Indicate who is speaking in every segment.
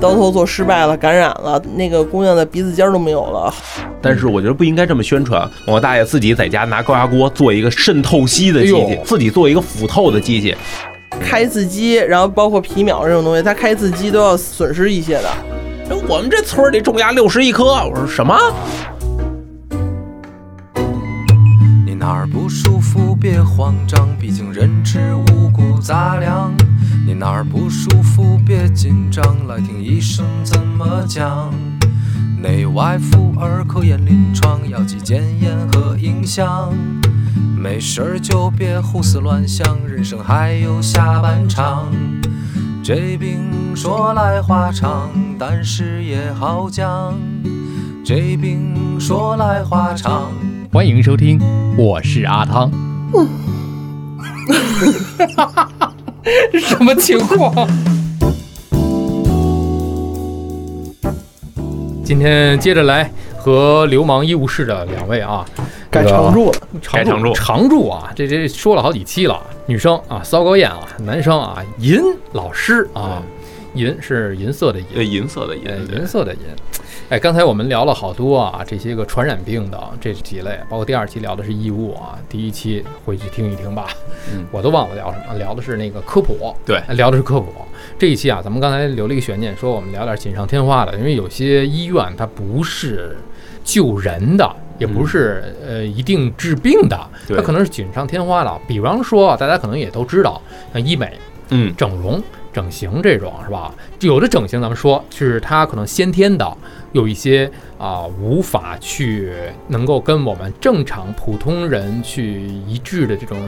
Speaker 1: 刀头做失败了，感染了，那个姑娘的鼻子尖儿都没有了。
Speaker 2: 但是我觉得不应该这么宣传。我大爷自己在家拿高压锅做一个渗透析的机
Speaker 3: 哎
Speaker 2: 器
Speaker 3: 呦，
Speaker 2: 自己做一个腐透的机器。
Speaker 1: 开字机，然后包括皮秒这种东西，它开字机都要损失一些的。
Speaker 2: 哎我们这村儿里种牙六十一棵，我说什么？
Speaker 4: 你哪儿不舒服别慌张，毕竟人吃五谷杂粮。你哪儿不舒服别紧张，来听医生怎么讲。内外妇儿科研临床，药剂检验和影像。没事儿就别胡思乱想，人生还有下半场。这病说来话长，但是也好讲。这病说来话长。
Speaker 3: 欢迎收听，我是阿汤。 什么情况？今天接着来和流氓医务室的两位啊，
Speaker 1: 改常驻了，
Speaker 2: 该常驻
Speaker 3: 常驻啊，这这说了好几期了，女生啊，骚高艳啊，男生啊，银老师啊，银是银色的银
Speaker 2: 呃，，银色的银
Speaker 3: 呃，，
Speaker 2: 对
Speaker 3: 银色的银。哎，刚才我们聊了好多啊，这些个传染病的这几类，包括第二期聊的是义务啊，第一期回去听一听吧。
Speaker 2: 嗯
Speaker 3: 我都忘了聊什么，聊的是那个科普，啊
Speaker 2: 对
Speaker 3: 聊的是科普。这一期啊，咱们刚才留了一个悬念，说我们聊点锦上添花的，因为有些医院它不是救人的，也不是、呃一定治病的，
Speaker 2: 嗯对
Speaker 3: 它可能是锦上添花的。比方说啊，大家可能也都知道，像医美
Speaker 2: 嗯，
Speaker 3: 整容、整形这种是吧？有的整形咱们说是它可能先天的，有一些啊、无法去能够跟我们正常普通人去一致的这种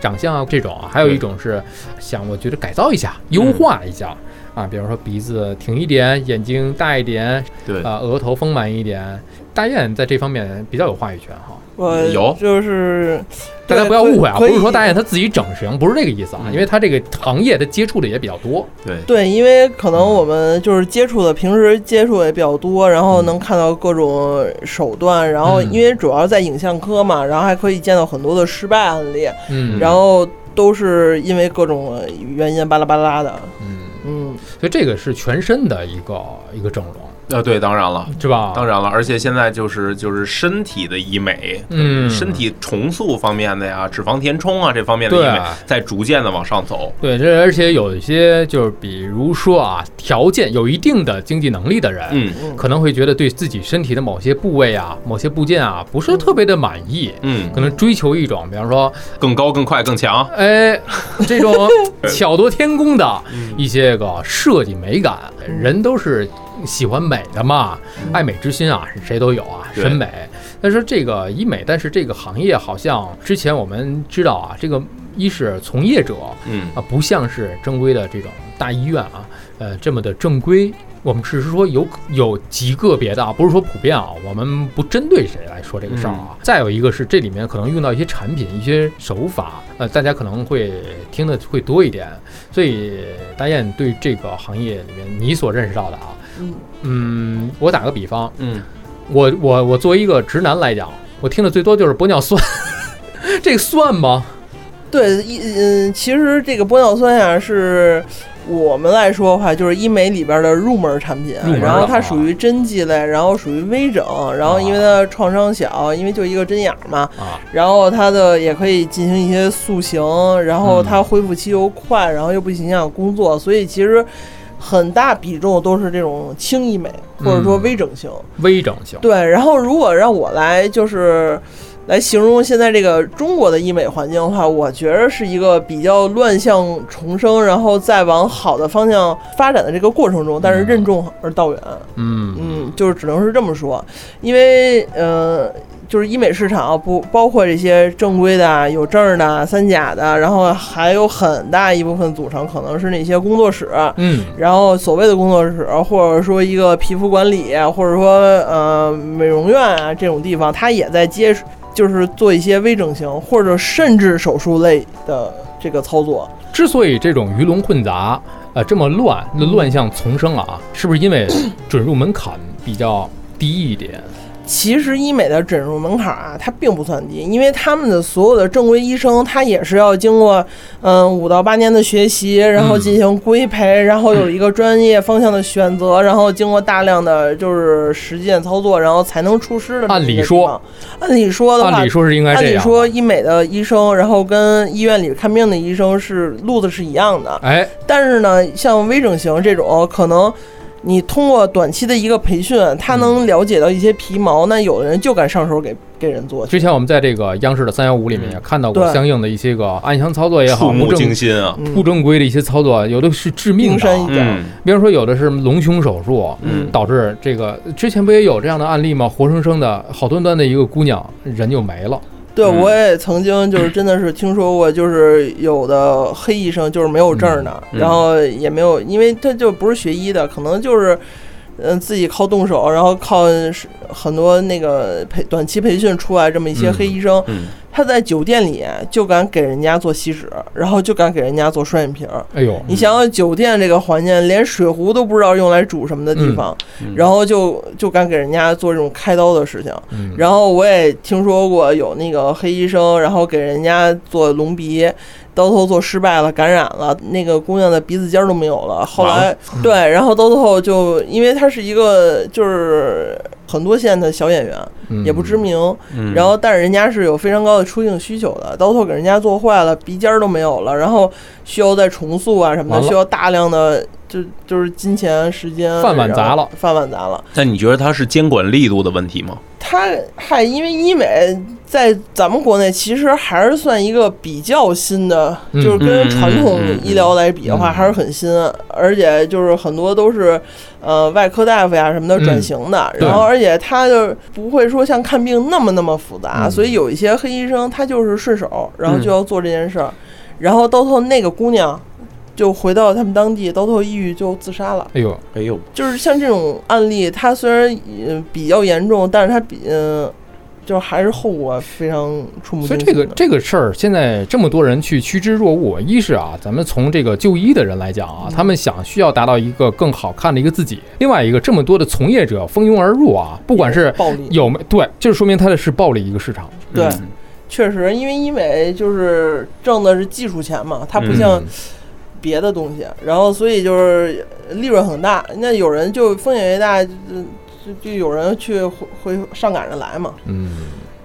Speaker 3: 长相啊，这种啊，还有一种是想我觉得改造一下、
Speaker 1: 嗯
Speaker 3: 优化一下。啊，比方说鼻子挺一点，眼睛大一点，
Speaker 2: 对，
Speaker 3: 啊、额头丰满一点。大雁在这方面比较有话语权哈。
Speaker 1: 我
Speaker 2: 有
Speaker 1: 就是
Speaker 3: 大家不要误会啊，不
Speaker 1: 对可以
Speaker 3: 是说大雁她自己整形，不是这个意思啊，
Speaker 2: 嗯
Speaker 3: 因为她这个行业她接触的也比较多。
Speaker 2: 对，
Speaker 1: 对，因为可能我们就是接触的，平时接触也比较多，然后能看到各种手段，然后
Speaker 3: 嗯
Speaker 1: 因为主要在影像科嘛，然后还可以见到很多的失败案例，
Speaker 3: 嗯，
Speaker 1: 然后都是因为各种原因巴拉巴拉的，
Speaker 3: 嗯，
Speaker 1: 嗯，
Speaker 3: 所以这个是全身的一个一个整容，
Speaker 2: 呃，对，当然了。
Speaker 3: 是吧？
Speaker 2: 当然了，而且现在就是就是身体的医美，
Speaker 3: 嗯
Speaker 2: 身体重塑方面的呀，脂肪填充啊这方面的
Speaker 3: 对
Speaker 2: 医美，在逐渐的往上走。
Speaker 3: 对，这而且有一些就是，比如说啊，条件有一定的经济能力的人，
Speaker 2: 嗯
Speaker 3: 可能会觉得对自己身体的某些部位啊、某些部件啊，不是特别的满意。
Speaker 2: 嗯，
Speaker 3: 可能追求一种，比方说，
Speaker 2: 更高、更快、更强。
Speaker 3: 哎，这种巧夺天工的一些个设计美感，人都是喜欢美的嘛，爱美之心啊，是谁都有啊，
Speaker 2: 对
Speaker 3: 审美。但是这个医美，但是这个行业好像之前我们知道啊，这个一是从业者，
Speaker 2: 嗯，
Speaker 3: 啊，不像是正规的这种大医院啊，呃，这么的正规。我们只是说有有极个别的啊，不是说普遍啊，我们不针对谁来说这个事儿啊。再有一个是这里面可能用到一些产品、一些手法，呃，大家可能会听的会多一点。所以大雁对这个行业里面你所认识到的啊，
Speaker 1: 嗯
Speaker 3: 嗯，我打个比方，
Speaker 2: 嗯，
Speaker 3: 我我我作为一个直男来讲，我听的最多就是玻尿酸， 这个算吗？
Speaker 1: 对，一嗯，其实这个玻尿酸呀、是我们来说的话，就是医美里边的入门产品，
Speaker 3: 入门
Speaker 1: 然后
Speaker 3: 了啊
Speaker 1: 它属于针剂类，然后属于微整，然后因为它的创伤小，因为就一个针眼儿嘛，
Speaker 3: 啊，
Speaker 1: 然后它的也可以进行一些塑形，然后
Speaker 3: 嗯
Speaker 1: 它恢复期又快，然后又不影响工作，所以其实很大比重都是这种轻医美或者说
Speaker 3: 嗯
Speaker 1: 微整形。
Speaker 3: 微整形。
Speaker 1: 对，然后如果让我来就是来形容现在这个中国的医美环境的话，我觉得是一个比较乱象丛生，然后再往好的方向发展的这个过程中，但是任重而道远。
Speaker 3: 嗯
Speaker 1: 嗯，就是只能是这么说，因为呃。就是医美市场啊不包括这些正规的啊、有证儿的啊、三甲的，然后还有很大一部分组成可能是那些工作室，
Speaker 3: 嗯。
Speaker 1: 然后所谓的工作室，或者说一个皮肤管理，或者说呃美容院啊这种地方，它也在接，就是做一些微整形或者甚至手术类的这个操作。
Speaker 3: 之所以这种鱼龙混杂，呃，这么乱，
Speaker 1: 嗯
Speaker 3: 乱象丛生啊，是不是因为准入门槛比较低一点？
Speaker 1: 其实医美的诊容门槛啊，它并不算低，因为他们的所有的正规医生，他也是要经过嗯五到八年的学习，然后进行规培，然后有一个专业方向的选择，然后经过大量的就是实践操作，然后才能出师的。
Speaker 3: 按理说，
Speaker 1: 按理说的话，
Speaker 3: 按理说是应该这
Speaker 1: 按
Speaker 3: 样。
Speaker 1: 理说，医美的医生，然后跟医院里看病的医生是路子是一样的，
Speaker 3: 哎，
Speaker 1: 但是呢，像微整形这种，可能你通过短期的一个培训，他
Speaker 3: 嗯
Speaker 1: 能了解到一些皮毛，那有的人就敢上手给给人做去。
Speaker 3: 之前我们在这个央视的三幺五里面也看到过
Speaker 1: 嗯对
Speaker 3: 相应的一些个暗箱操作也好，
Speaker 2: 触
Speaker 3: 不
Speaker 2: 目惊
Speaker 3: 正
Speaker 2: 心啊！
Speaker 1: 嗯
Speaker 3: 不正规的一些操作，有的是致命
Speaker 1: 冰山一
Speaker 3: 的。啊
Speaker 1: 角，
Speaker 2: 嗯
Speaker 3: 比如说，有的是隆胸手术，
Speaker 2: 嗯，
Speaker 3: 导致这个之前不也有这样的案例吗？活生生的好端端的一个姑娘人就没了。
Speaker 1: 对
Speaker 2: 嗯
Speaker 1: 我也曾经就是真的是听说过，就是有的黑医生就是没有证儿的，
Speaker 2: 嗯嗯
Speaker 1: 然后也没有，因为他就不是学医的，可能就是。嗯，自己靠动手，然后靠是很多那个培短期培训出来这么一些
Speaker 3: 嗯
Speaker 1: 黑医生，
Speaker 2: 嗯
Speaker 1: 他在酒店里就敢给人家做吸脂，然后就敢给人家做双眼皮儿，
Speaker 3: 哎呦，
Speaker 1: 你想想酒店这个环境，连水壶都不知道用来煮什么的地方，
Speaker 2: 嗯
Speaker 1: 然后就就敢给人家做这种开刀的事情。
Speaker 3: 嗯，
Speaker 1: 然后我也听说过有那个黑医生，然后给人家做隆鼻，到头做失败了，感染了，那个姑娘的鼻子尖儿都没有了。后
Speaker 2: 完
Speaker 1: 来 对，然后到最后就因为她是一个就是很多线的小演员，
Speaker 3: 嗯
Speaker 1: 也不知。名，
Speaker 2: 嗯
Speaker 1: 然后但是人家是有非常高的出镜需求的，到头给人家做坏了，鼻尖儿都没有了，然后需要再重塑啊什么
Speaker 3: 完
Speaker 1: 的，
Speaker 3: 了
Speaker 1: 需要大量的就就是金钱、时间，
Speaker 3: 饭碗砸
Speaker 1: 然
Speaker 3: 了
Speaker 1: 后饭碗砸了。
Speaker 2: 那你觉得它是监管力度的问题吗？
Speaker 1: 它嗨，因为医美在咱们国内其实还是算一个比较新的，
Speaker 3: 嗯
Speaker 1: 就是跟
Speaker 2: 嗯
Speaker 1: 传统
Speaker 2: 嗯嗯
Speaker 1: 医疗来比的话，
Speaker 3: 嗯
Speaker 1: 还是很新，而且就是很多都是呃外科大夫呀什么的
Speaker 3: 嗯
Speaker 1: 转型的，
Speaker 3: 对
Speaker 1: 然后而且它就不会说像看病那么那么复杂，
Speaker 3: 嗯
Speaker 1: 所以有一些黑医生他就是顺手，然后就要做这件
Speaker 3: 嗯
Speaker 1: 事儿，然后到最后那个姑娘。就回到他们当地，到最后抑郁就自杀了。
Speaker 3: 哎呦，
Speaker 2: 哎呦，
Speaker 1: 就是像这种案例，它虽然呃比较严重，但是它比呃，就还是后果非常触目惊
Speaker 3: 所
Speaker 1: 心
Speaker 3: 以
Speaker 1: 的。
Speaker 3: 这个这个事儿，现在这么多人去趋之若鹜。一是啊，咱们从这个就医的人来讲啊，
Speaker 1: 嗯
Speaker 3: 他们想需要达到一个更好看的一个自己；另外一个，这么多的从业者蜂拥而入啊，不管是
Speaker 1: 暴力，
Speaker 3: 有没对，就是说明它的是暴利一个市场。
Speaker 1: 对
Speaker 2: 嗯
Speaker 1: 确实，因为医美就是挣的是技术钱嘛，它不
Speaker 3: 嗯
Speaker 1: 像别的东西，然后所以就是利润很大。那有人就风险越大，就就就有人去回回上赶着来嘛。
Speaker 3: 嗯，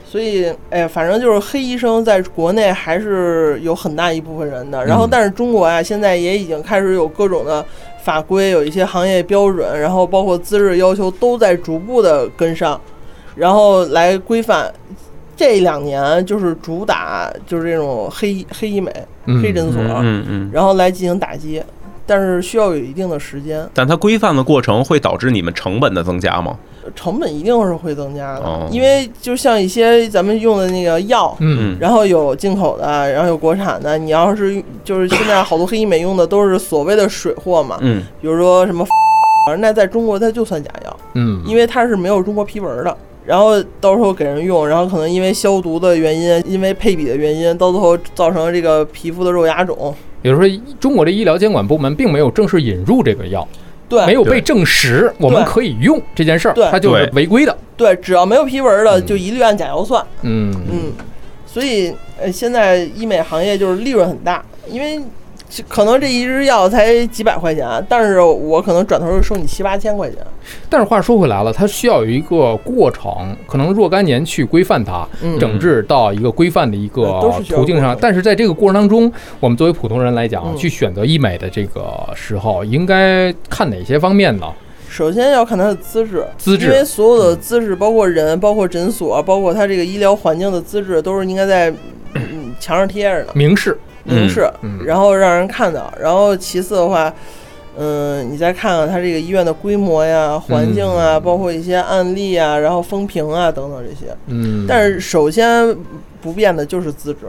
Speaker 1: 所以，哎，反正就是黑医生在国内还是有很大一部分人的。然后，
Speaker 3: 嗯
Speaker 1: 但是中国呀、啊现在也已经开始有各种的法规，有一些行业标准，然后包括资质要求都在逐步的跟上，然后来规范。这两年就是主打就是这种黑黑医美、
Speaker 3: 嗯
Speaker 1: 黑诊所，
Speaker 2: 嗯嗯。
Speaker 1: 然后来进行打击，但是需要有一定的时间，
Speaker 2: 但它规范的过程会导致你们成本的增加吗？
Speaker 1: 成本一定是会增加的，
Speaker 2: 哦
Speaker 1: 因为就像一些咱们用的那个药，
Speaker 3: 嗯，
Speaker 1: 然后有进口的，然后有国产的。你要是就是现在好多黑医美用的都是所谓的水货嘛，
Speaker 2: 嗯
Speaker 1: 比如说什么，那在中国它就算假药，
Speaker 3: 嗯，
Speaker 1: 因为它是没有中国批文的。然后到时候给人用，然后可能因为消毒的原因，因为配比的原因，到最后造成这个皮肤的肉芽肿。
Speaker 3: 也就是说，中国的医疗监管部门并没有正式引入这个药，
Speaker 1: 对，
Speaker 3: 没有被证实我们可以用这件事儿
Speaker 1: 对，
Speaker 3: 它就是
Speaker 2: 对
Speaker 3: 违规的。
Speaker 1: 对，只要没有批文的，
Speaker 3: 嗯
Speaker 1: 就一律按假药算。
Speaker 3: 嗯
Speaker 1: 嗯，所以呃，现在医美行业就是利润很大，因为这可能这一支药才几百块钱，但是我可能转头就收你七八千块钱。
Speaker 3: 但是话说回来了，它需要有一个过程，可能若干年去规范它，
Speaker 1: 嗯
Speaker 3: 整治到一个规范的一个
Speaker 1: 呃都是需要
Speaker 3: 途径
Speaker 1: 过
Speaker 3: 上
Speaker 1: 程。
Speaker 3: 但是在这个过程当中，我们作为普通人来讲，
Speaker 1: 嗯
Speaker 3: 去选择医美的这个时候，应该看哪些方面呢？
Speaker 1: 首先要看他的资质，
Speaker 3: 资质
Speaker 1: 因为所有的资质，包括人、包括诊所、包括他这个医疗环境的资质，都是应该在 嗯墙上贴着的
Speaker 3: 明示，
Speaker 1: 明示，
Speaker 3: 嗯嗯
Speaker 1: 然后让人看到。然后其次的话，嗯，你再看看他这个医院的规模呀、环境啊，包括一些案例啊，然后风评啊等等这些。
Speaker 3: 嗯，
Speaker 1: 但是首先不变的就是资质。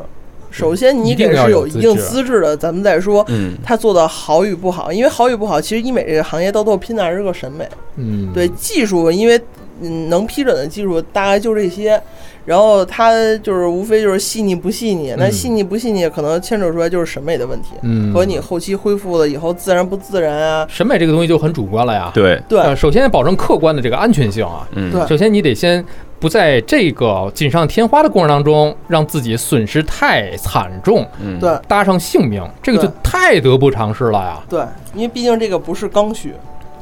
Speaker 1: 首先，你
Speaker 3: 一定
Speaker 1: 得
Speaker 3: 要
Speaker 1: 是
Speaker 3: 有
Speaker 1: 一
Speaker 3: 资
Speaker 1: 定
Speaker 3: 质
Speaker 1: 资质的，咱们再说
Speaker 2: 嗯
Speaker 1: 它做的好与不好。因为好与不好，其实医美这个行业到最后拼的还是个审美。
Speaker 3: 嗯，
Speaker 1: 对技术，因为嗯能批准的技术大概就这些。然后它就是无非就是细腻不细腻，那
Speaker 3: 嗯
Speaker 1: 细腻不细腻可能牵扯出来就是审美的问题，
Speaker 3: 嗯
Speaker 1: 和你后期恢复了以后自然不自然啊。
Speaker 3: 审美这个东西就很主观了呀。
Speaker 2: 对，
Speaker 1: 对，
Speaker 3: 呃，首先要保证客观的这个安全性啊。
Speaker 2: 嗯，
Speaker 1: 对
Speaker 3: 首先你得先不在这个锦上添花的过程当中让自己损失太惨重，
Speaker 2: 嗯，
Speaker 1: 对
Speaker 3: 搭上性命，这个就
Speaker 1: 对
Speaker 3: 太得不偿失了呀。
Speaker 1: 对，因为毕竟这个不是刚需，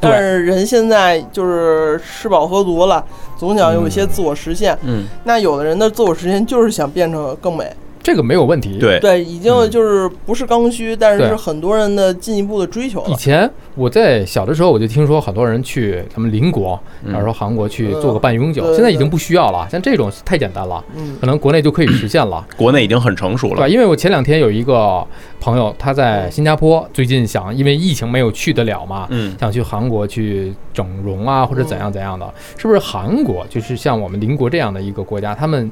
Speaker 3: 对
Speaker 1: 但是人现在就是吃饱喝足了，总想有一些自我实现。
Speaker 2: 嗯，
Speaker 1: 那有的人的自我实现就是想变成更美，
Speaker 3: 这个没有问题。，
Speaker 2: 对，
Speaker 1: 对，已经就是不是刚需，但是
Speaker 3: 嗯对
Speaker 1: 是很多人的进一步的追求
Speaker 3: 以
Speaker 1: 了。
Speaker 3: 前我在小的时候，我就听说很多人去咱们邻国，
Speaker 2: 嗯
Speaker 3: 然后说韩国去做个半永久，
Speaker 1: 嗯对
Speaker 3: 现在已经不需要了，像这种太简单了，
Speaker 1: 嗯
Speaker 3: 可能国内就可以实现了，
Speaker 2: 国内已经很成熟
Speaker 3: 对
Speaker 2: 了
Speaker 3: 吧？，因为我前两天有一个朋友，他在新加坡，最近想因为疫情没有去得了嘛。
Speaker 2: 嗯，
Speaker 3: 想去韩国去整容啊，或者怎样怎样的，是不是韩国就是像我们邻国这样的一个国家，他们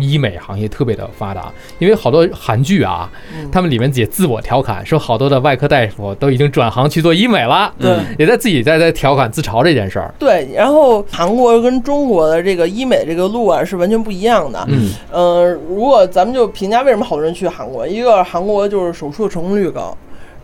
Speaker 3: 医美行业特别的发达，因为好多韩剧啊，
Speaker 1: 嗯，
Speaker 3: 他们里面也自我调侃说，好多的外科大夫都已经转行去做医美了，
Speaker 1: 对
Speaker 2: 嗯
Speaker 3: 也在自己在在调侃自嘲这件事儿。
Speaker 1: 对，然后韩国跟中国的这个医美这个路啊是完全不一样的。
Speaker 3: 嗯，
Speaker 1: 呃，如果咱们就评价为什么好多人去韩国，一个韩国就是手术的成功率高，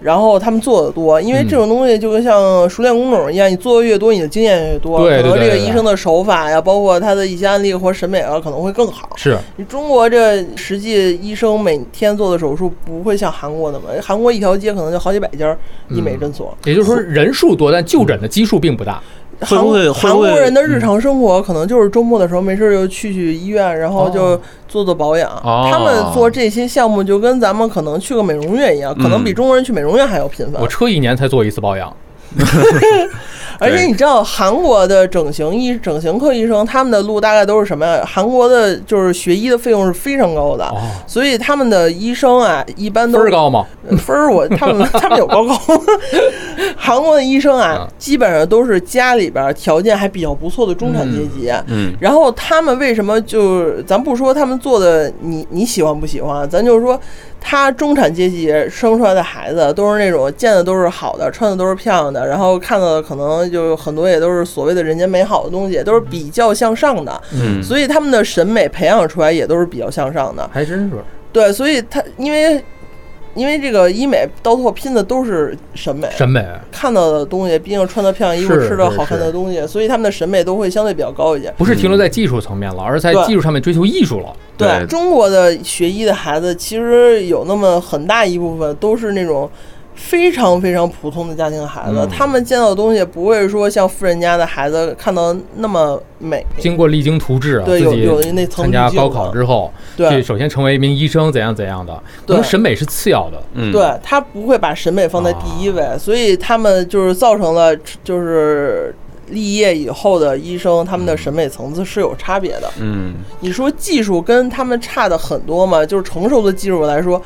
Speaker 1: 然后他们做的多，因为这
Speaker 3: 嗯
Speaker 1: 种东西就跟像熟练工种一样，你做的越多，你的经验越多，
Speaker 3: 对对
Speaker 1: 可能
Speaker 3: 对
Speaker 1: 这个
Speaker 3: 对
Speaker 1: 医生的手法呀，包括他的一些案例或审美啊，可能会更好。
Speaker 3: 是
Speaker 1: 你中国这实际医生每天做的手术不会像韩国那么，韩国一条街可能就好几百家医
Speaker 3: 嗯
Speaker 1: 美诊所。
Speaker 3: 也就是说人数多，但就诊的基数并不大。
Speaker 2: 会不会
Speaker 1: 韩
Speaker 2: 会不嗯
Speaker 1: 国
Speaker 2: 会
Speaker 1: 人的日常生活可能就是周末的时候没事儿就去去医院，然后就
Speaker 3: 哦
Speaker 1: 做做保养。
Speaker 2: 哦
Speaker 1: 他们做这些项目就跟咱们可能去个美容院一样，
Speaker 2: 嗯
Speaker 1: 可能比中国人去美容院还要频繁
Speaker 3: 我。车一年才做一次保养，
Speaker 1: 而且你知道韩国的整形医整形科医生他们的路大概都是什么呀？韩国的就是学医的费用是非常高的，
Speaker 3: 哦，
Speaker 1: 所以他们的医生啊一般
Speaker 3: 分
Speaker 1: 都呃
Speaker 3: 儿高吗？
Speaker 1: 分儿 我他们他们有高高，韩国的医生啊
Speaker 2: 嗯
Speaker 3: 啊，
Speaker 1: 基本上都是家里边儿条件还比较不错的中产阶级。
Speaker 2: 嗯
Speaker 1: 然后他们为什么就咱不说他们做的你你喜欢不喜欢啊，咱就是说他中产阶级生出来的孩子都是那种见的都是好的，穿的都是漂亮的，然后看到的可能就很多也都是所谓的人间美好的东西，都是比较向上的，
Speaker 2: 嗯，
Speaker 1: 所以他们的审美培养出来也都是比较向上的。
Speaker 3: 还真是
Speaker 1: 对，所以他因为因为这个医美到最后拼的都是审美，
Speaker 3: 审美。
Speaker 1: 看到的东西，毕竟穿的漂亮衣服，
Speaker 3: 是
Speaker 1: 吃的
Speaker 3: 是
Speaker 1: 好看
Speaker 3: 是
Speaker 1: 的东西，所以他们的审美都会相对比较高一些。
Speaker 3: 不是停留在技术层面了，而是在
Speaker 1: 对
Speaker 3: 技术上面追求艺术了。
Speaker 2: 对
Speaker 1: 中国的学医的孩子，其实有那么很大一部分都是那种。非常非常普通的家庭的孩子，
Speaker 3: 嗯
Speaker 1: 他们见到的东西不会说像富人家的孩子看到那么美，
Speaker 3: 经过励精图治啊，
Speaker 1: 对，
Speaker 3: 自
Speaker 1: 有
Speaker 3: 己
Speaker 1: 有那层
Speaker 3: 参加
Speaker 1: 滤镜
Speaker 3: 高考
Speaker 1: 了
Speaker 3: 之后，去
Speaker 1: 对
Speaker 3: 首先成为一名医生，怎样怎样的，可
Speaker 1: 对
Speaker 3: 能审美是次要的。
Speaker 2: 嗯，
Speaker 1: 对，他不会把审美放在第一位，
Speaker 3: 啊
Speaker 1: 所以他们就是造成了就是立业以后的医生，他们的审美层次是有差别的。
Speaker 2: 嗯，
Speaker 1: 你说技术跟他们差的很多吗？就是成熟的技术来说，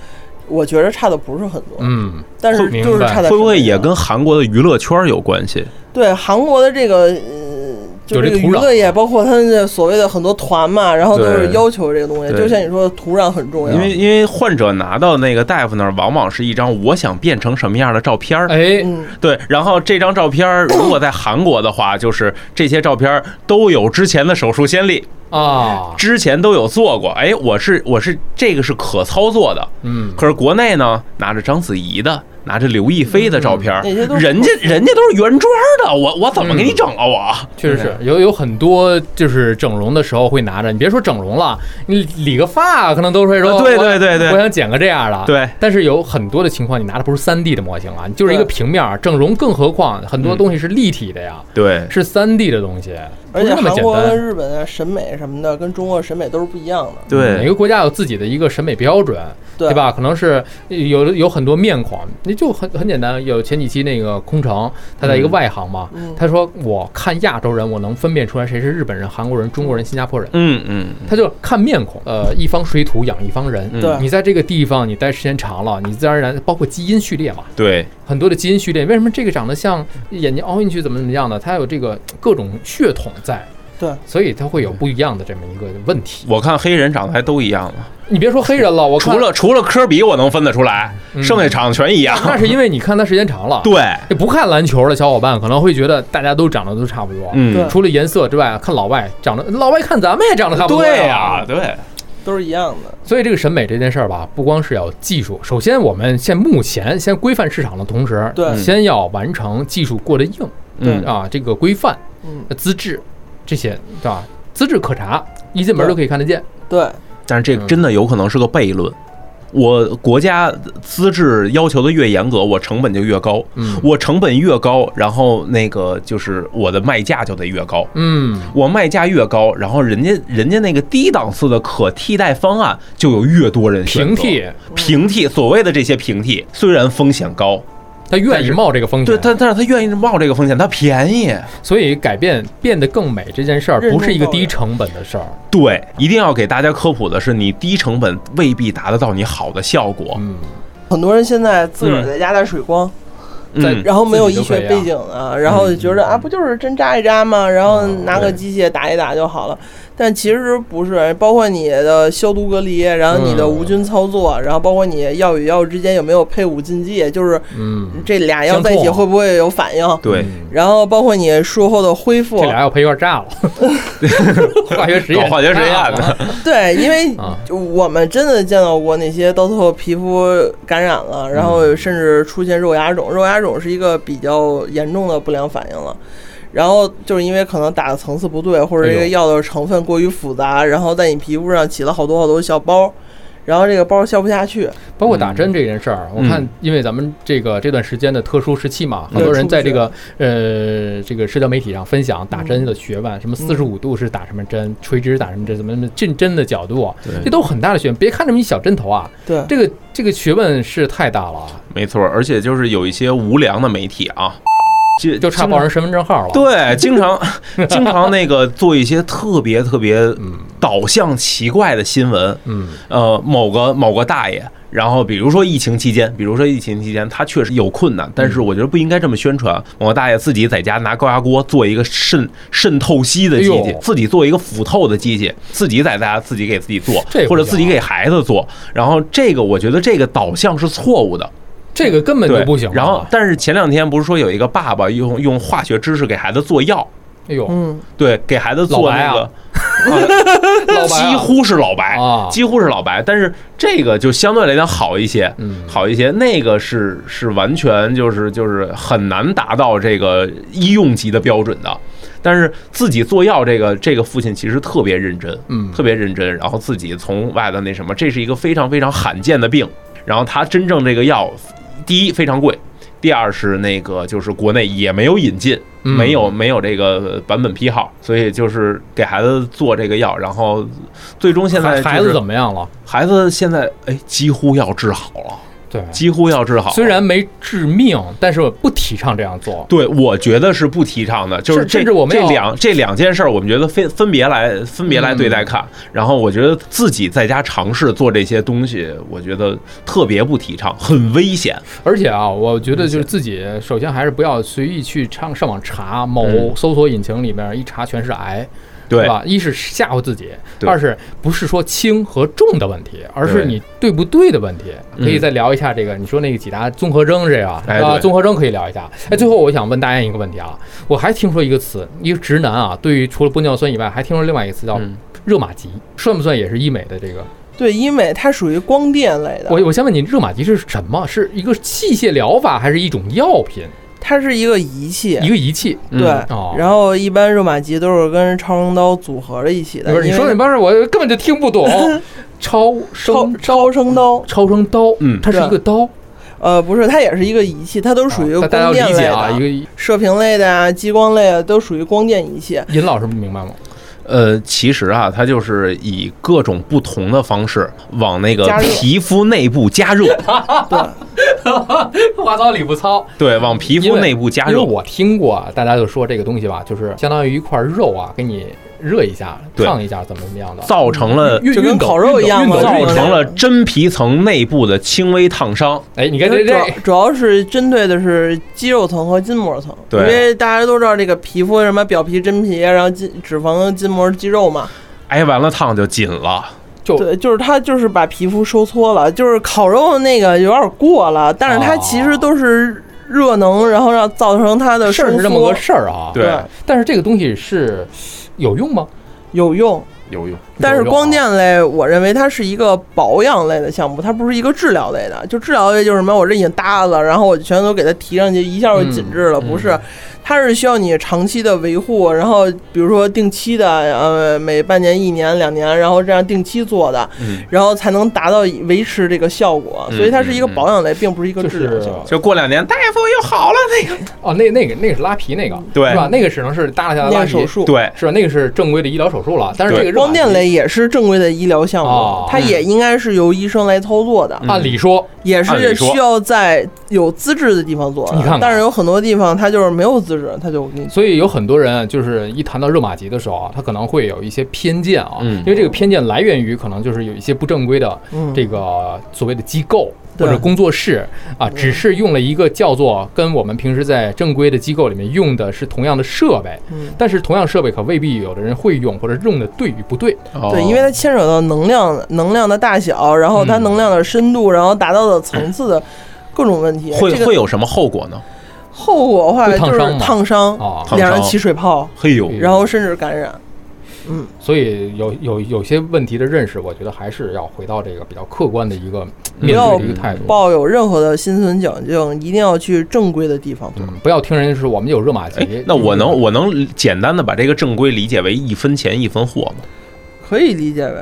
Speaker 1: 我觉得差的不是很多，
Speaker 3: 嗯，
Speaker 1: 但是
Speaker 3: 明白
Speaker 1: 就是差在审美
Speaker 2: 会不会也
Speaker 1: 上
Speaker 2: 跟韩国的娱乐圈有关系？
Speaker 1: 对韩国的这个呃，就
Speaker 3: 有这
Speaker 1: 这个
Speaker 3: 土
Speaker 1: 娱
Speaker 3: 壤
Speaker 1: 乐业，包括他们的所谓的很多团嘛，然后都是
Speaker 2: 对
Speaker 1: 要求这个东西，
Speaker 2: 对
Speaker 1: 就像你说的土壤很重要，
Speaker 2: 因为因为患者拿到那个大夫那儿，往往是一张我想变成什么样的照片儿。
Speaker 3: 哎，
Speaker 1: 嗯，
Speaker 2: 对，然后这张照片儿如果在韩国的话，就是这些照片儿都有之前的手术先例，
Speaker 3: 啊，
Speaker 2: 之前都有做过。哎，我是我是这个是可操作的。
Speaker 3: 嗯，
Speaker 2: 可是国内呢，拿着章子怡的，拿着刘亦菲的照片儿，
Speaker 1: 嗯那些都是
Speaker 2: 人家人家都是原装的，我我怎么给你整啊我？
Speaker 3: 嗯确实是有有很多就是整容的时候会拿着，你别说整容了，你理个发可能都会
Speaker 1: 呃
Speaker 3: 说，
Speaker 2: 啊对
Speaker 3: 我
Speaker 2: 对对对
Speaker 3: 我想剪个这样的，
Speaker 2: 对。
Speaker 3: 但是有很多的情况，你拿的不是三 D 的模型啊，你就是一个
Speaker 1: 对
Speaker 3: 平面儿整容，更何况很
Speaker 2: 嗯
Speaker 3: 多东西是立体的呀，
Speaker 2: 对，
Speaker 3: 是三 D 的东西，不
Speaker 1: 而
Speaker 3: 是
Speaker 1: 且
Speaker 3: 那么
Speaker 1: 韩
Speaker 3: 简
Speaker 1: 国跟
Speaker 3: 单。
Speaker 1: 日本的啊审美什么的，跟中国的审美都是不一样的。
Speaker 2: 对
Speaker 3: 每个国家嗯有自己的一个审美标准，
Speaker 1: 对
Speaker 3: 吧？可能是有有很多面孔，你就很很简单。有前几期那个空城，他在一个
Speaker 2: 嗯
Speaker 3: 外行嘛，
Speaker 1: 嗯
Speaker 3: 他说我看亚洲人，我能分辨出来谁是日本人、韩国人、中国人、新加坡人。
Speaker 2: 嗯嗯，
Speaker 3: 他就看面孔，呃，一方水土养一方人。
Speaker 2: 嗯
Speaker 1: 对
Speaker 3: 你在这个地方你待时间长了，你自然而然包括基因序列嘛，
Speaker 2: 对，
Speaker 3: 很多的基因序列，为什么这个长得像眼睛凹进去怎么怎么样的？它有这个各种血统在，
Speaker 1: 对，
Speaker 3: 所以它会有不一样的这么一个问题。
Speaker 2: 我看黑人长得还都一样嘛，
Speaker 3: 你别说黑人了，我看
Speaker 2: 除了除了科比我能分得出来，
Speaker 3: 嗯
Speaker 2: 剩下长得全一样。
Speaker 3: 那是因为你看他时间长了，
Speaker 2: 对，
Speaker 3: 不看篮球的小伙伴可能会觉得大家都长得都差不多，
Speaker 1: 对
Speaker 2: 嗯，
Speaker 3: 除了颜色之外，看老外长得，老外看咱们也长得差不多
Speaker 2: 对呀，对，
Speaker 1: 都是一样的。
Speaker 3: 所以这个审美这件事儿吧，不光是要技术，首先我们现目前先规范市场的同时，
Speaker 1: 对
Speaker 3: 先要完成技术过得硬
Speaker 1: 对
Speaker 2: 嗯，
Speaker 3: 啊，这个规范、
Speaker 1: 嗯，
Speaker 3: 资质这些，对吧？资质可查，一进门都可以看得见。
Speaker 1: 对，
Speaker 2: 但是这个真的有可能是个悖论。我国家资质要求的越严格，我成本就越高。
Speaker 3: 嗯
Speaker 2: 我成本越高，然后那个就是我的卖价就得越高。
Speaker 3: 嗯，
Speaker 2: 我卖价越高，然后人家人家那个低档次的可替代方案就有越多人选择
Speaker 3: 平替，
Speaker 2: 平替，所谓的这些平替，虽然风险高，
Speaker 3: 他愿意冒这个风
Speaker 2: 对，
Speaker 3: 险，
Speaker 2: 但但是他愿意冒这个风险，他便宜，
Speaker 3: 所以改变变得更美这件事儿
Speaker 1: 任重
Speaker 3: 不是一个
Speaker 1: 道
Speaker 3: 低
Speaker 1: 远
Speaker 3: 成本的事儿。
Speaker 2: 对，一定要给大家科普的是，你低成本未必达得到你好的效果。
Speaker 3: 嗯，
Speaker 1: 很多人现在自个儿在家带水光，
Speaker 3: 在
Speaker 2: 嗯，
Speaker 1: 然后没有医学背景啊，然后就觉得啊，不就是针扎一扎吗？然后拿个机械打一打就好了。但其实不是，包括你的消毒隔离，然后你的无菌操作，然后包括你药与药之间有没有配伍禁忌，就是
Speaker 3: 嗯，
Speaker 1: 这俩药在一起
Speaker 3: 相冲
Speaker 1: 会不会有反应？
Speaker 2: 对，
Speaker 1: 然后包括你术后的恢复
Speaker 3: 这，俩要赔一块 炸了，化学实验，
Speaker 2: 搞化学实验的，
Speaker 1: 对，因为
Speaker 3: 啊
Speaker 1: 我们真的见到过那些到最后皮肤感染
Speaker 3: 嗯
Speaker 1: 了，然后甚至出现肉芽肿，肉芽肿是一个比较严重的不良反应了。然后就是因为可能打的层次不对，或者这个
Speaker 3: 哎呦
Speaker 1: 药的成分过于复杂，然后在你皮肤上起了好多好多小包，然后这个包消不下去。
Speaker 3: 包括打针这件事儿，我
Speaker 2: 嗯
Speaker 3: 看，因为咱们这个这段时间的特殊时期嘛，
Speaker 1: 嗯
Speaker 3: 很多人在这
Speaker 2: 啊
Speaker 3: 个呃这个社交媒体上分享打针
Speaker 2: 嗯
Speaker 3: 的学问，什么四十五度是打什么针，垂直打什么针，怎么怎么进针的角度，啊这
Speaker 2: 对，
Speaker 3: 都很大的学问。别看这么一小针头啊，
Speaker 1: 对，
Speaker 3: 这个这个学问是太大了啊，
Speaker 2: 没错。而且就是有一些无良的媒体啊，就
Speaker 3: 就差报人身份证号了。，
Speaker 2: 对，经 常经常那个做一些特别特别导向奇怪的新闻，
Speaker 3: 嗯，
Speaker 2: 呃，某个某个大爷，然后比如说疫情期间，比如说疫情期间他确实有困难，但是
Speaker 3: 嗯
Speaker 2: 我觉得不应该这么宣传。某个大爷自己在家拿高压锅做一个渗渗透析的机
Speaker 3: 哎
Speaker 2: 器
Speaker 3: 呦，
Speaker 2: 自己做一个腐透的机器，自己在家自己给自己做
Speaker 3: 这，不
Speaker 2: 或者
Speaker 3: 行啊
Speaker 2: 自己给孩子做。然后这个我觉得这个导向是错误的，
Speaker 3: 这个根本
Speaker 2: 对
Speaker 3: 就不行。啊
Speaker 2: 然后，，但是前两天不是说有一个爸爸用用化学知识给孩子做药。
Speaker 3: 哎呦，
Speaker 1: 嗯，
Speaker 2: 对，给孩子做那
Speaker 3: 老啊
Speaker 2: 个，
Speaker 3: 老白啊
Speaker 2: 几乎是老白
Speaker 3: 啊
Speaker 2: 几乎是老白，但是这个就相对来讲好一些，
Speaker 3: 嗯
Speaker 2: 好一些。那个是是完全就是就是很难达到这个医用级的标准的。但是自己做药，这个这个父亲其实特别认真，
Speaker 3: 嗯
Speaker 2: 特别认真，然后自己从外头那什么，这是一个非常非常罕见的病。然后他真正这个药，第一非常贵，第二是那个就是国内也没有引进，
Speaker 3: 嗯
Speaker 2: 没有没有这个版本批号，所以就是给孩子做这个药，然后最终现在
Speaker 3: 孩孩子怎
Speaker 2: 么？
Speaker 3: 么样了？
Speaker 2: 孩子现在哎，几乎要治好了，
Speaker 3: 对，
Speaker 2: 几乎要治好了。
Speaker 3: 哦虽然没致命，但是我不提倡这样做。
Speaker 2: 对，我觉得是不提倡的，就是
Speaker 3: 甚
Speaker 2: 这
Speaker 3: 甚至我们
Speaker 2: 这
Speaker 3: 要
Speaker 2: 两这两件事儿，我们觉得分分别来分别来
Speaker 3: 嗯
Speaker 2: 对待看。然后我觉得自己在家尝试做这些东西，我觉得特别不提倡，很危险。
Speaker 3: 而且啊，我觉得就是自己首先还是不要随意去上上网查某
Speaker 2: 嗯
Speaker 3: 搜索引擎里面一查全是癌，
Speaker 2: 对，
Speaker 3: 吧？一是吓唬自己，
Speaker 2: 对
Speaker 3: 二是不是说轻和重的问题，而是
Speaker 2: 对
Speaker 3: 你对不对的问题。
Speaker 2: 嗯
Speaker 3: 可以再聊一下这个，你说那个几大综合征这个啊
Speaker 2: 哎，
Speaker 3: 啊
Speaker 2: 对
Speaker 3: 综合征可以聊一下。哎，最后我想问大家一个问题啊，我还听说一个词，一个直男啊，对于除了玻尿酸以外，还听说另外一个词叫
Speaker 2: 嗯
Speaker 3: 热玛吉，算不算也是医美的这个？
Speaker 1: 对，医美它属于光电类的，
Speaker 3: 我我先问你，热玛吉是什么？是一个器械疗法，还是一种药品？
Speaker 1: 它是一个仪器
Speaker 3: 一。个仪器？
Speaker 2: 嗯
Speaker 1: 对，
Speaker 3: 哦
Speaker 1: 然后一般热玛吉都是跟超声刀组合在一起的。
Speaker 3: 不是你
Speaker 1: 因为
Speaker 3: 说那帮人，我根本就听不 懂。超
Speaker 1: 超
Speaker 3: 声
Speaker 1: 超声刀，
Speaker 3: 超声刀，
Speaker 2: 嗯
Speaker 3: 它是一个刀，
Speaker 1: 呃，不是，它也是一个仪器，它都属于
Speaker 3: 啊大大家要
Speaker 1: 光电
Speaker 3: 理
Speaker 1: 类
Speaker 3: 解
Speaker 1: 的，
Speaker 3: 啊，一个
Speaker 1: 射频类的啊，激光类的都属于光电仪器。
Speaker 3: 尹老师不明白吗？
Speaker 2: 呃，其实啊，它就是以各种不同的方式往那个
Speaker 1: 加热
Speaker 2: 皮肤内部加 热，
Speaker 1: 对，
Speaker 3: 话糙理不糙，
Speaker 2: 对，往皮
Speaker 3: 因
Speaker 2: 肤
Speaker 3: 为
Speaker 2: 内部加
Speaker 3: 因为
Speaker 2: 热。
Speaker 3: 我听过，大家就说这个东西吧，就是相当于一块肉啊，给你热一下、
Speaker 2: 对
Speaker 3: 烫一下，怎么怎么样的，
Speaker 2: 造成了
Speaker 3: 运
Speaker 1: 就跟
Speaker 3: 运动
Speaker 1: 烤肉一样
Speaker 3: 运动
Speaker 1: 嘛
Speaker 3: 运
Speaker 2: 造
Speaker 3: 动
Speaker 2: 成了真皮层内部的轻微烫伤。
Speaker 3: 哎，你看这
Speaker 1: 主要
Speaker 3: 这
Speaker 1: 主要是针对的是肌肉层和筋膜层，
Speaker 2: 对
Speaker 1: 因为大家都知道这个皮肤什么表皮、真皮，然后筋脂肪、筋膜、肌肉嘛，
Speaker 2: 挨完了烫就紧了，
Speaker 3: 就
Speaker 1: 对，就是它就是把皮肤收缩了，就是烤肉那个有点过了，但是它
Speaker 3: 哦
Speaker 1: 其实都是热能，然后让造成它的
Speaker 3: 事儿
Speaker 1: 收
Speaker 3: 是这么
Speaker 1: 缩
Speaker 3: 个事儿啊。
Speaker 2: 对
Speaker 3: 但是这个东西是有用吗？
Speaker 1: 有用。
Speaker 2: 有用。
Speaker 1: 但是
Speaker 3: 有用啊
Speaker 1: 光电类，我认为它是一个保养类的项目，它不是一个治疗类的。就治疗类就是什么，我这已经搭了，然后我全都给它提上去，一下就紧致了，
Speaker 3: 嗯
Speaker 1: 不
Speaker 3: 嗯
Speaker 1: 是？它是需要你长期的维护，然后比如说定期的，呃，每半年、一年、两年，然后这样定期做的，
Speaker 2: 嗯，
Speaker 1: 然后才能达到维持这个效果。
Speaker 2: 嗯
Speaker 1: 所以它是一个
Speaker 2: 嗯
Speaker 1: 保养类，并不是一个
Speaker 3: 就
Speaker 1: 治疗
Speaker 3: 是
Speaker 1: 项目。
Speaker 2: 就过两年大夫又好了那个。
Speaker 3: 哦，那那个那个是拉皮那个，
Speaker 2: 对
Speaker 3: 是吧？那个只能是耷拉下来
Speaker 1: 嗯那
Speaker 3: 拉
Speaker 1: 个
Speaker 3: 皮
Speaker 1: 手术，
Speaker 2: 对，
Speaker 3: 是吧？那个是正规的医疗手术了，但是这
Speaker 2: 对
Speaker 3: 个热玛
Speaker 1: 光电
Speaker 3: 吉
Speaker 1: 类也是正规的医疗项目，
Speaker 3: 哦
Speaker 1: 它也应该是由医生来操作的。
Speaker 2: 嗯
Speaker 3: 按理说
Speaker 1: 也
Speaker 2: 按理
Speaker 1: 是
Speaker 2: 说
Speaker 1: 需要在有资质的地方做的，
Speaker 3: 你看看
Speaker 1: 但是有很多地方它就是没有资质，它就给你
Speaker 3: 所以有很多人就是一谈到热玛吉的时候啊，他可能会有一些偏见啊，
Speaker 2: 嗯
Speaker 3: 因为这个偏见来源于可能就是有一些不正规的
Speaker 1: 嗯
Speaker 3: 这个所谓的机构或
Speaker 1: 对
Speaker 3: 者工作室啊，只是用了一个叫做跟我们平时在正规的机构里面用的是同样的设备，
Speaker 1: 嗯
Speaker 3: 但是同样设备可未必有的人会用或者用的对与不对。
Speaker 1: 对，
Speaker 2: 对
Speaker 1: 因为它牵扯到能量、能量的大小，然后它
Speaker 3: 嗯
Speaker 1: 能量的深度，然后达到的层次的各种问题。
Speaker 2: 会
Speaker 1: 这个
Speaker 2: 会有什么后果呢？
Speaker 1: 后果的话
Speaker 3: 会烫
Speaker 1: 就是
Speaker 3: 伤吗
Speaker 1: 烫伤
Speaker 3: 啊
Speaker 2: 烫，
Speaker 1: 脸
Speaker 2: 伤
Speaker 1: 上起水泡，
Speaker 2: 嘿呦，
Speaker 3: 嗯
Speaker 1: 然后甚至感染。嗯，
Speaker 3: 所以有有有些问题的认识，我觉得还是要回到这个比较客观的一个面对的一个态度。
Speaker 1: 抱有任何的心存侥幸，一定要去正规的地方做。
Speaker 3: 嗯，不要听人家说我们有热玛
Speaker 2: 哎
Speaker 3: 吉，，嗯
Speaker 2: 那我能
Speaker 3: 就是
Speaker 2: 我能简单的把这个正规理解为一分钱一分货吗？
Speaker 1: 可以理解为，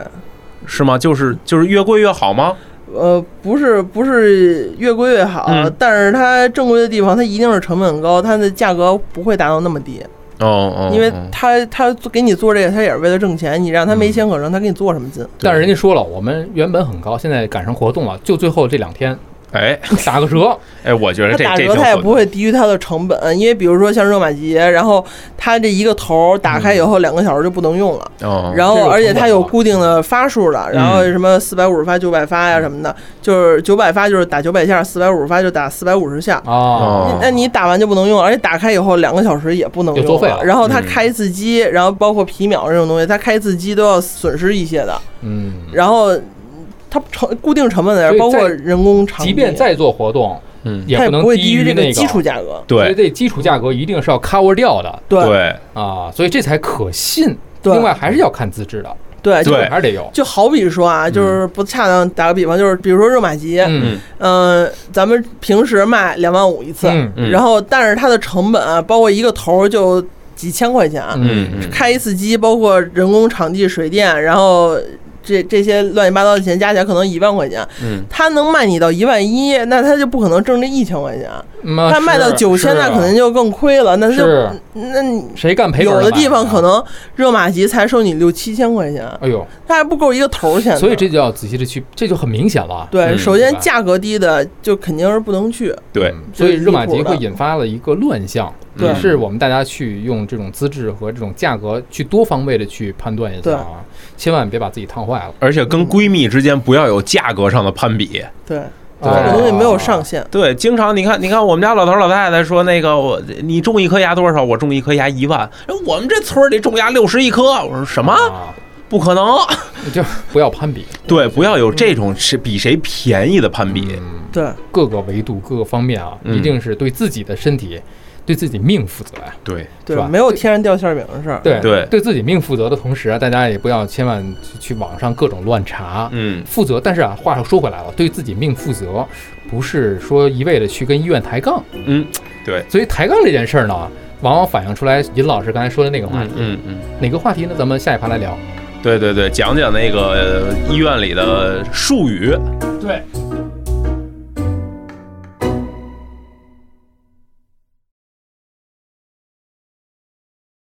Speaker 2: 是吗？就是就是越贵越好吗？
Speaker 1: 呃，不是不是越贵越好，
Speaker 2: 嗯
Speaker 1: 但是它正规的地方，它一定是成本很高，它的价格不会达到那么低，
Speaker 2: 哦哦，
Speaker 1: 因为
Speaker 2: 哦
Speaker 1: 它它给你做这个，它也是为了挣钱，你让他
Speaker 2: 嗯
Speaker 1: 没钱可挣，他给你做什么劲？
Speaker 3: 但是人家说了，我们原本很高，现在赶上活动了，就最后这两 天
Speaker 2: 哎
Speaker 3: 打个折，
Speaker 2: 哎，我觉得
Speaker 1: 它
Speaker 2: 这
Speaker 1: 打
Speaker 2: 这
Speaker 1: 折
Speaker 2: 挺
Speaker 1: 它也
Speaker 2: 狠
Speaker 1: 不
Speaker 2: 的。
Speaker 1: 会低于它的成本，因为比如说像热玛吉，然后它这一个头打开以后两个小时就不能用了，
Speaker 2: 嗯哦，
Speaker 1: 然
Speaker 3: 这个
Speaker 1: 后
Speaker 3: 有
Speaker 1: 而且
Speaker 3: 成本
Speaker 1: 它有
Speaker 3: 吗
Speaker 1: 固定的发数的，然
Speaker 2: 嗯
Speaker 1: 后什么四百五十发、九百发呀什么的，就是九百发就是打九百下，四百五十发就打四百五十下，
Speaker 3: 哦，
Speaker 2: 哦
Speaker 1: 那你打完就不能用，而且打开以后两个小时也不能用
Speaker 3: 就作废了嗯
Speaker 1: 然后它开一次机，然后包括皮秒这种东西，它开一次机都要损失一些的。
Speaker 3: 嗯，
Speaker 1: 然后嗯它成固定成本在这儿，
Speaker 3: 所以
Speaker 1: 包括
Speaker 3: 在
Speaker 1: 人工场地，
Speaker 3: 即便再做活动，
Speaker 2: 嗯，
Speaker 3: 也
Speaker 1: 它也
Speaker 3: 能
Speaker 1: 不会
Speaker 3: 低
Speaker 1: 于这
Speaker 3: 那
Speaker 1: 个基础价格。
Speaker 3: 所
Speaker 2: 对
Speaker 3: 以这基础价格一定是要 cover 掉的
Speaker 2: 对，
Speaker 3: 啊，所以这才可信。
Speaker 1: 对
Speaker 3: 另外还是要看资质的，
Speaker 1: 对
Speaker 3: 这
Speaker 1: 就
Speaker 3: 个
Speaker 2: 对
Speaker 3: 还是得有。
Speaker 1: 就好比说啊，就是不恰当，打个比方，就是比如说热玛吉，
Speaker 3: 嗯
Speaker 1: 嗯、咱们平时卖两万五一次，
Speaker 3: 嗯
Speaker 2: 嗯
Speaker 1: 然后但是它的成本啊，包括一个头儿就几千块钱，啊
Speaker 2: 嗯嗯
Speaker 1: 开一次机，包括人工、场地、水电，然后这这些乱七八糟的钱加起来可能一万块钱。
Speaker 2: 嗯，
Speaker 1: 他能卖你到一万一，那他就不可能挣这一千块钱。
Speaker 3: 嗯，
Speaker 1: 他卖到
Speaker 3: 是
Speaker 1: 九千，
Speaker 3: 是啊
Speaker 1: 那可能就更亏了。那他就是那你
Speaker 3: 谁干赔本
Speaker 1: 有
Speaker 3: 儿
Speaker 1: 的
Speaker 3: 买
Speaker 1: 地方可，能热玛吉才收你六七千块钱，
Speaker 3: 啊哎 呦，
Speaker 1: 他还不够一个头儿钱呢。
Speaker 3: 所以这就要仔细的去，这就很明显了。啊
Speaker 1: 对，
Speaker 2: 嗯
Speaker 1: 首先
Speaker 3: 对吧
Speaker 1: 价格低的就肯定是不能去。
Speaker 2: 对，
Speaker 3: 嗯所以热玛吉会引发了一个乱象，
Speaker 1: 嗯
Speaker 2: 对
Speaker 3: 也是我们大家去用这种资质和这种价格去多方位的去判断一下啊，千万别把自己烫坏了。
Speaker 2: 而且跟闺蜜之间不要有价格上的攀比。
Speaker 1: 对，
Speaker 3: 哦
Speaker 2: 对
Speaker 1: 这个东西没有
Speaker 3: 啊
Speaker 1: 上限。
Speaker 2: 对，经常你看，你看我们家老头老太太说那个我你种一颗牙多少？我种一颗牙一万。哎我们这村儿里种牙六十一颗。我说什么？
Speaker 3: 啊，
Speaker 2: 不可能。
Speaker 3: 就不要攀比，
Speaker 2: 对，不要有这种是比谁便宜的攀比。
Speaker 3: 嗯，
Speaker 1: 对，
Speaker 3: 各个维度、各个方面啊，
Speaker 2: 嗯
Speaker 3: 一定是对自己的身体、对自己命负责呀。
Speaker 2: 对，
Speaker 1: 对
Speaker 3: 是吧，
Speaker 1: 没有天上掉馅儿饼的事儿。
Speaker 3: 对
Speaker 2: 对
Speaker 3: 对自己命负责的同时啊，大家也不要千万去去网上各种乱查。
Speaker 2: 嗯，
Speaker 3: 负责，但是啊，话又说回来了，对自己命负责，不是说一味的去跟医院抬杠。
Speaker 2: 嗯，对，
Speaker 3: 所以抬杠这件事儿呢，往往反映出来尹老师刚才说的那个话
Speaker 2: 嗯
Speaker 3: 题。
Speaker 2: 嗯嗯，
Speaker 3: 哪个话题呢？咱们下一趴来聊。
Speaker 2: 对对对，讲讲那个呃医院里的术语。
Speaker 3: 对，